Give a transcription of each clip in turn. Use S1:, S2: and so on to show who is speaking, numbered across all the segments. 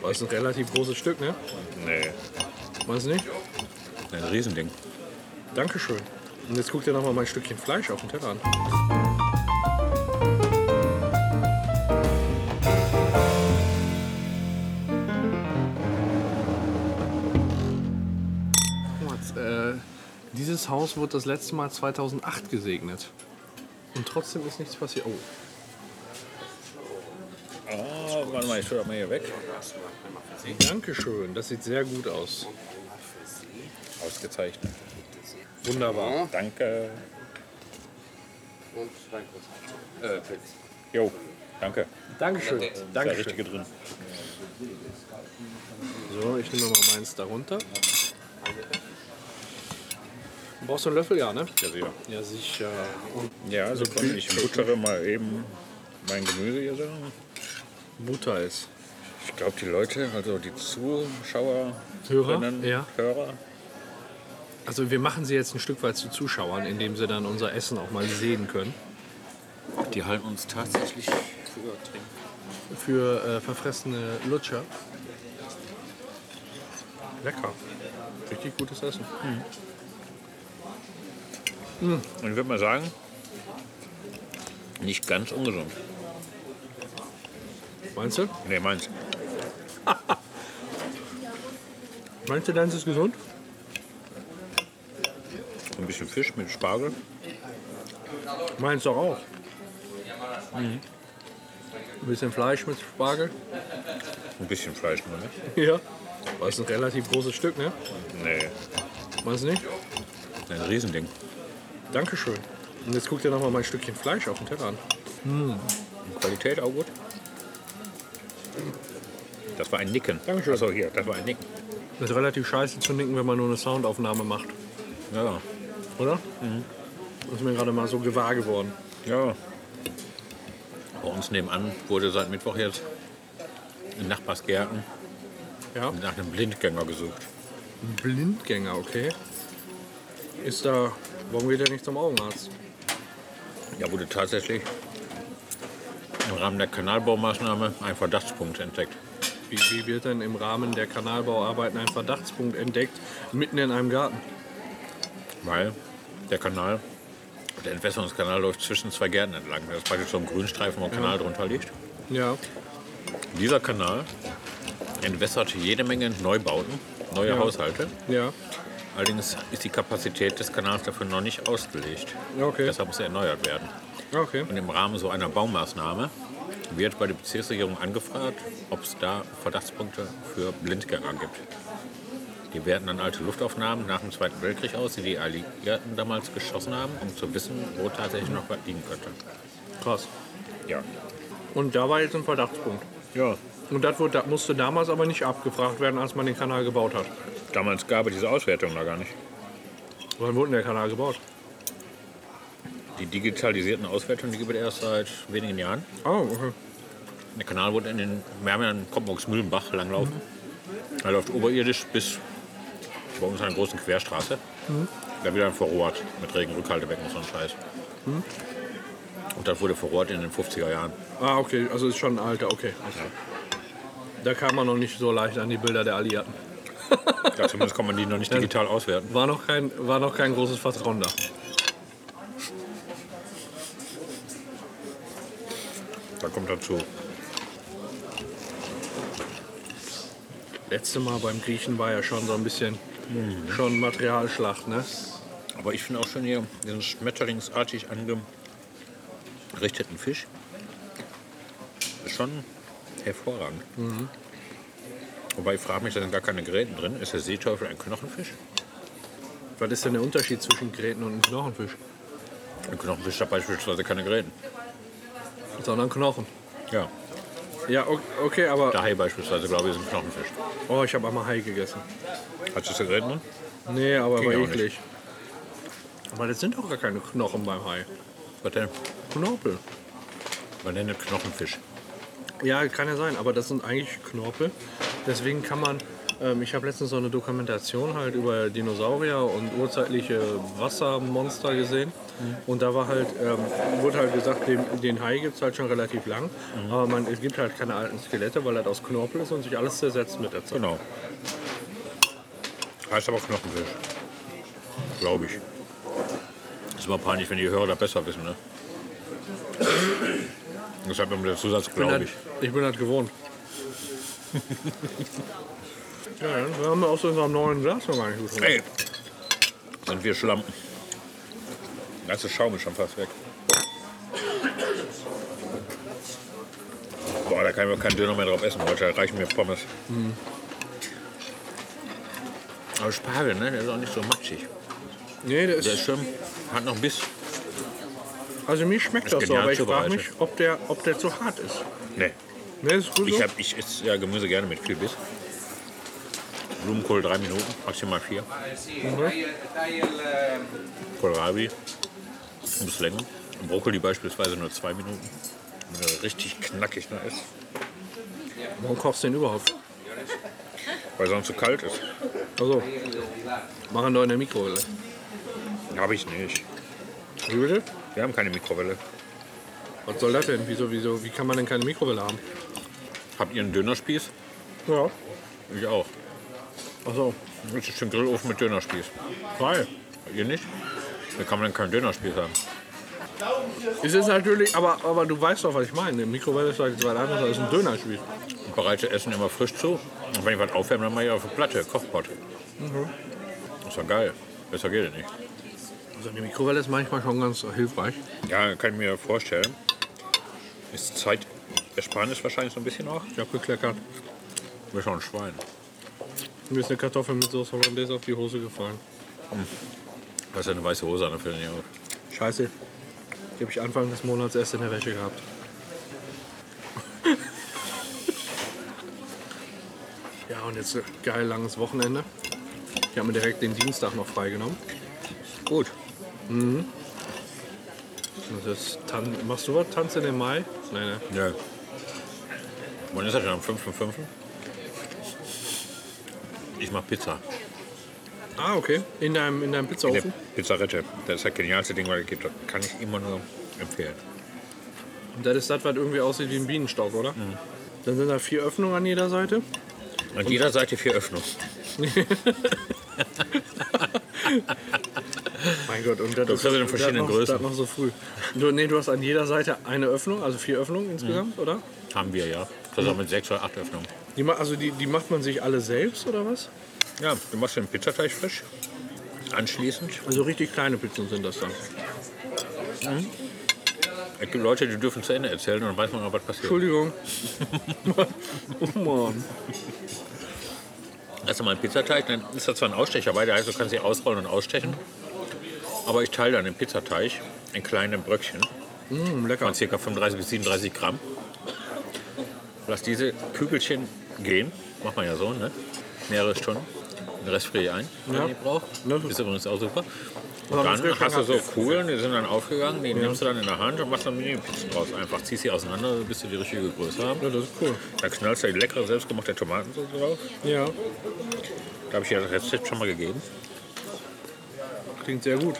S1: Aber ist ein relativ großes Stück, ne?
S2: Nee,
S1: Meinst du nicht?
S2: ein Riesending.
S1: Dankeschön. Und jetzt guck dir nochmal mein Stückchen Fleisch auf dem Teller an. Mats, äh, dieses Haus wurde das letzte Mal 2008 gesegnet. Und trotzdem ist nichts passiert. Oh,
S2: Ah, warte mal, ich schau das mal hier weg.
S1: Dankeschön. Das sieht sehr gut aus.
S2: Ausgezeichnet. Oh.
S1: Wunderbar.
S2: Danke.
S3: Und dein Großartig. Äh, Pilz.
S2: Jo, danke.
S1: Dankeschön.
S2: Da ist der
S1: Dankeschön.
S2: richtige drin.
S1: So, ich nehme mal meins darunter. Du brauchst du einen Löffel, ja, ne?
S2: Ja, sicher.
S1: Ja, sicher. Und
S2: Ja, also komm, ich buttere mal eben mein Gemüse hier drin.
S1: Butter ist.
S2: Ich glaube, die Leute, also die Zuschauer,
S1: Hörer?
S2: Rinnen,
S1: Ja.
S2: Hörer,
S1: Also wir machen sie jetzt ein Stück weit zu Zuschauern, indem sie dann unser Essen auch mal sehen können.
S2: die halten uns tatsächlich für trinken.
S1: Für äh, verfressene Lutscher. Lecker. Richtig gutes Essen.
S2: Und ich würde mal sagen, nicht ganz ungesund.
S1: Meinst du?
S2: Nee, meins.
S1: Meinst du, deins ist gesund?
S2: Ein bisschen Fisch mit Spargel.
S1: Meins doch auch. Mhm. Ein bisschen Fleisch mit Spargel.
S2: Ein bisschen Fleisch nur, ne?
S1: Ja. Aber ist ein relativ großes Stück, ne?
S2: Nee,
S1: Meinst du nicht?
S2: ein Riesending.
S1: Dankeschön. Und jetzt guck dir nochmal mein Stückchen Fleisch auf dem Teller an.
S2: Und Qualität auch gut. Das war ein Nicken.
S1: Dankeschön.
S2: Achso, hier, das war ein Nicken.
S1: Das ist relativ scheiße zu nicken, wenn man nur eine Soundaufnahme macht,
S2: Ja,
S1: oder? Das ist mir gerade mal so gewahr geworden.
S2: ja. Bei uns nebenan wurde seit Mittwoch jetzt in Nachbarsgärten
S1: Ja.
S2: nach einem Blindgänger gesucht.
S1: Ein Blindgänger, okay. Ist da. Warum geht er nicht zum Augenarzt?
S2: Da wurde tatsächlich im Rahmen der Kanalbaumaßnahme ein Verdachtspunkt entdeckt.
S1: Wie, wie wird denn im Rahmen der Kanalbauarbeiten ein Verdachtspunkt entdeckt, mitten in einem Garten?
S2: Weil der Kanal, der Entwässerungskanal läuft zwischen zwei Gärten entlang. Das ist praktisch so ein Grünstreifen, wo ein Kanal drunter liegt.
S1: Ja.
S2: Dieser Kanal entwässert jede Menge Neubauten, neue
S1: Ja.
S2: Haushalte.
S1: Ja.
S2: Allerdings ist die Kapazität des Kanals dafür noch nicht ausgelegt.
S1: Okay.
S2: Deshalb muss er erneuert werden.
S1: Okay.
S2: Und im Rahmen so einer Baumaßnahme wird bei der Bezirksregierung angefragt, ob es da Verdachtspunkte für Blindgänger gibt. Die werten dann alte Luftaufnahmen nach dem Zweiten Weltkrieg aus, die die Alliierten damals geschossen haben, um zu wissen, wo tatsächlich noch was liegen könnte.
S1: Krass.
S2: Ja.
S1: Und da war jetzt ein Verdachtspunkt.
S2: Ja.
S1: Und das wurde, das musste damals aber nicht abgefragt werden, als man den Kanal gebaut hat.
S2: Damals gab es diese Auswertung noch gar nicht.
S1: Wann wurde denn der Kanal gebaut?
S2: Die digitalisierten Auswertungen, die gibt es erst seit wenigen Jahren.
S1: Oh, okay.
S2: Der Kanal wurde in den, wir haben ja einen Koppenburgs-Mühlenbach langlaufen. Er läuft oberirdisch bis bei uns an der großen Querstraße. Da wieder verrohrt mit Regenrückhaltebecken und so ein Scheiß. Und das wurde verrohrt in den 50er Jahren.
S1: Ah, okay, also ist schon ein alter, okay. Da kam man noch nicht so leicht an die Bilder der Alliierten.
S2: Ja, zumindest kann man die noch nicht digital auswerten.
S1: War noch kein, war noch kein großes Vertrauen da.
S2: Da kommt dazu.
S1: Letzte Mal beim Griechen war ja schon so ein bisschen schon Materialschlacht, ne?
S2: Aber ich finde auch schon hier diesen schmetterlingsartig angerichteten Fisch. Ist schon hervorragend. Wobei ich frage mich, da sind gar keine Gräten drin. Ist der Seeteufel ein Knochenfisch?
S1: Was ist denn der Unterschied zwischen Gräten und einem Knochenfisch?
S2: Ein Knochenfisch hat beispielsweise keine Gräten.
S1: Sondern Knochen.
S2: Ja.
S1: Ja, o- okay, aber.
S2: Der Hai beispielsweise, glaube ich, ist ein Knochenfisch.
S1: Oh, ich habe einmal Hai gegessen.
S2: Hat es Gräten drin?
S1: Nee, aber
S2: Ging
S1: war
S2: auch nicht.
S1: eklig. Aber das sind doch gar keine Knochen beim Hai.
S2: Was denn?
S1: Knorpel.
S2: Man nennt es Knochenfisch.
S1: Ja, kann ja sein, aber das sind eigentlich Knorpel. Deswegen kann man Ähm, ich habe letztens so eine Dokumentation halt über Dinosaurier und urzeitliche Wassermonster gesehen. Und da war halt, ähm, wurde halt gesagt, den, den Hai gibt es halt schon relativ lang.
S2: Mhm.
S1: Aber man, es gibt halt keine alten Skelette, weil das aus Knorpel ist und sich alles zersetzt mit der Zeit.
S2: Genau. Heißt aber Knochenfisch. Glaube ich. Ist immer peinlich, wenn die Hörer da besser wissen, ne? Deshalb immer der Zusatz,
S1: bin
S2: glaube
S1: halt-
S2: ich.
S1: ich bin halt gewohnt. ja, dann wir haben ja auch so unserem neuen Glas noch gar nicht getrunken.
S2: Ey, sind wir Schlampen. Der ganze Schaum ist schon fast weg. Boah, da kann ich mir keinen Döner mehr drauf essen heute. Da reichen mir Pommes. Aber Spargel, ne? Der ist auch nicht so matschig.
S1: Nee, der
S2: Der
S1: ist,
S2: ist schon, hat noch Biss.
S1: also mir schmeckt
S2: ist
S1: das so,
S2: genial
S1: aber ich frage
S2: zubereitet.
S1: mich, ob der, ob der zu hart ist.
S2: Ne,
S1: Ne, ist gut so?
S2: Ich, hab, ich esse ja Gemüse gerne mit viel Biss. Blumenkohl drei Minuten, maximal vier. Kohlrabi, ein bisschen länger. Brokkoli beispielsweise nur zwei Minuten. Wenn er richtig knackig ne, ist,
S1: Warum kochst du den überhaupt?
S2: weil sonst zu kalt ist.
S1: Also, machen doch in der Mikrowelle.
S2: Habe ich nicht.
S1: Wie bitte?
S2: Wir haben keine Mikrowelle.
S1: Was soll das denn? Wieso, wieso, wie kann man denn keine Mikrowelle haben?
S2: Habt ihr einen Dönerspieß?
S1: Ja.
S2: Ich auch.
S1: Achso,
S2: Das ist ein Grillofen mit Dönerspieß.
S1: geil.
S2: Ihr nicht? Da kann man dann keinen Dönerspieß haben.
S1: Es ist natürlich, aber, aber du weißt doch, was ich meine. Eine Mikrowelle ist halt zwei anderes als ein Dönerspieß.
S2: Ich bereite Essen immer frisch zu. Und wenn ich was aufwärme, dann mache ich auf eine Platte, Kochpott. Ist doch geil. Besser geht es nicht.
S1: Also die Mikrowelle ist manchmal schon ganz hilfreich.
S2: Ja, kann ich mir vorstellen. Ist Zeitersparnis wahrscheinlich so ein bisschen auch.
S1: Ich hab gekleckert.
S2: Mir schon ein Schwein.
S1: Mir ist eine Kartoffel mit Soße Hollandaise auf die Hose gefallen.
S2: Du hast ja eine weiße Hose an, dafür nicht auf.
S1: Scheiße. Die habe ich Anfang des Monats erst in der Wäsche gehabt. ja, und jetzt ein geil langes Wochenende. Ich habe mir direkt den Dienstag noch freigenommen.
S2: Gut.
S1: Und Das Tan Machst du was? Tanzen im Mai? Nein, ne. nein.
S2: Ja. Wann ist das denn? Am 5.5.? Ich mach Pizza.
S1: Ah, okay. In deinem, in deinem
S2: Eine
S1: Pizzaofen?
S2: Pizzarette. Das ist das genialste Ding, was es gibt. Das kann ich immer nur empfehlen.
S1: Das ist das, was irgendwie aussieht wie ein Bienenstock, oder? Dann sind da vier Öffnungen an jeder Seite.
S2: An jeder Seite vier Öffnungen.
S1: Mein Gott, und das
S2: kriegst du in
S1: und
S2: verschiedenen
S1: das noch,
S2: Größen.
S1: Das noch so früh. Du, nee, du hast an jeder Seite eine Öffnung, also vier Öffnungen insgesamt,
S2: Mhm.
S1: oder?
S2: Haben wir ja. Das ist auch mit sechs oder acht Öffnungen.
S1: Die, ma- also die, die macht man sich alle selbst, oder was?
S2: Ja, du machst den Pizzateig frisch. Anschließend.
S1: Also richtig kleine Pizzen sind das dann.
S2: Es gibt Leute, die dürfen zu Ende erzählen und dann weiß man noch, was passiert.
S1: Entschuldigung. oh Mann.
S2: Hast du mal einen Pizzateig, dann ist da zwar ein Ausstecher bei, der heißt, du kannst sie ausrollen und ausstechen. Aber ich teile dann den Pizzateig in kleine Bröckchen
S1: Mm, lecker.
S2: von ca. 35 bis 37 Gramm. Lass diese Kügelchen gehen, macht man ja so, ne? mehrere Stunden. Den Rest friere ich ein, wenn
S1: Ja.
S2: ihr braucht.
S1: Na, super.
S2: Ist übrigens auch super.
S1: Aber
S2: Und
S1: das
S2: dann
S1: Frühstück
S2: hast du so
S1: habt ihr.
S2: Kugeln, die sind dann aufgegangen, die nimmst du dann in der Hand und machst dann Mini-Pizzen draus. Einfach ziehst sie auseinander, bis sie die richtige Größe haben.
S1: Ja, das ist cool.
S2: Dann knallst du die leckere selbstgemachte Tomatensauce drauf.
S1: Ja,
S2: Da habe ich dir das Rezept schon mal gegeben.
S1: klingt sehr gut.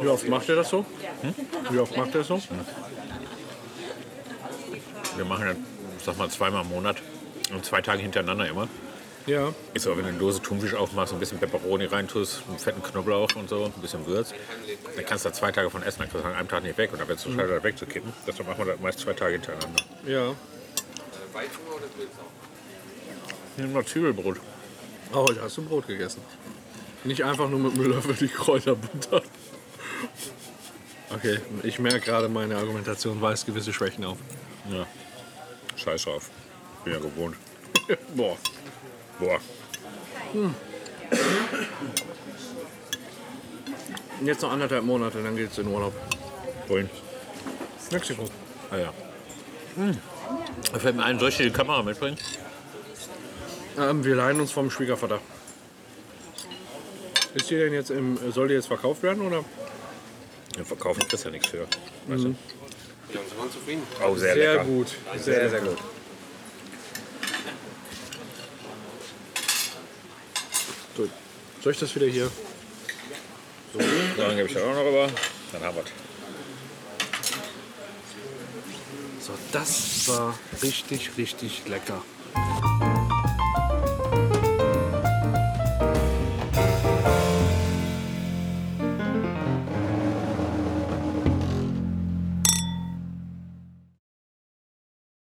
S1: Wie oft macht ihr das so? Hm? Wie oft macht ihr das so?
S2: Wir machen das, ich sag mal, zweimal im Monat und zwei Tage hintereinander immer.
S1: Ja.
S2: Ist aber, wenn du eine Dose Thunfisch aufmachst, ein bisschen Peperoni reintust, einen fetten Knoblauch und so, ein bisschen Würz, dann kannst du da zwei Tage von essen, dann kannst du an einem Tag nicht weg und dann wird es
S1: Hm.
S2: total mhm. wegzukippen. Deshalb machen wir das meist zwei Tage hintereinander.
S1: Ja.
S2: Nimm mal Zwiebelbrot.
S1: Ah, heute hast du Brot gegessen. Nicht einfach nur mit einem Löffel die Kräuter buttern. Okay, ich merke gerade, meine Argumentation weist gewisse Schwächen auf.
S2: Ja. Scheiß drauf. Bin ja gewohnt.
S1: Boah.
S2: Boah.
S1: Jetzt noch anderthalb Monate, dann geht's in Urlaub.
S2: Wohin?
S1: Mexiko.
S2: Ah ja. Hm. Da fällt mir ein, soll ich dir die Kamera mitbringen?
S1: Ähm, wir leihen uns vom Schwiegervater. Ist die denn jetzt im. Soll die jetzt verkauft werden oder?
S2: Ja, verkaufen kriegst du ja nichts für. Weißt
S3: Ja, und sie waren zufrieden.
S2: du? Oh, sehr, lecker.
S1: gut. Sehr, sehr, gut. Soll ich das wieder hier?
S2: So, dann gebe ich das auch noch rüber. Dann haben wir es.
S1: So, das war richtig, richtig lecker.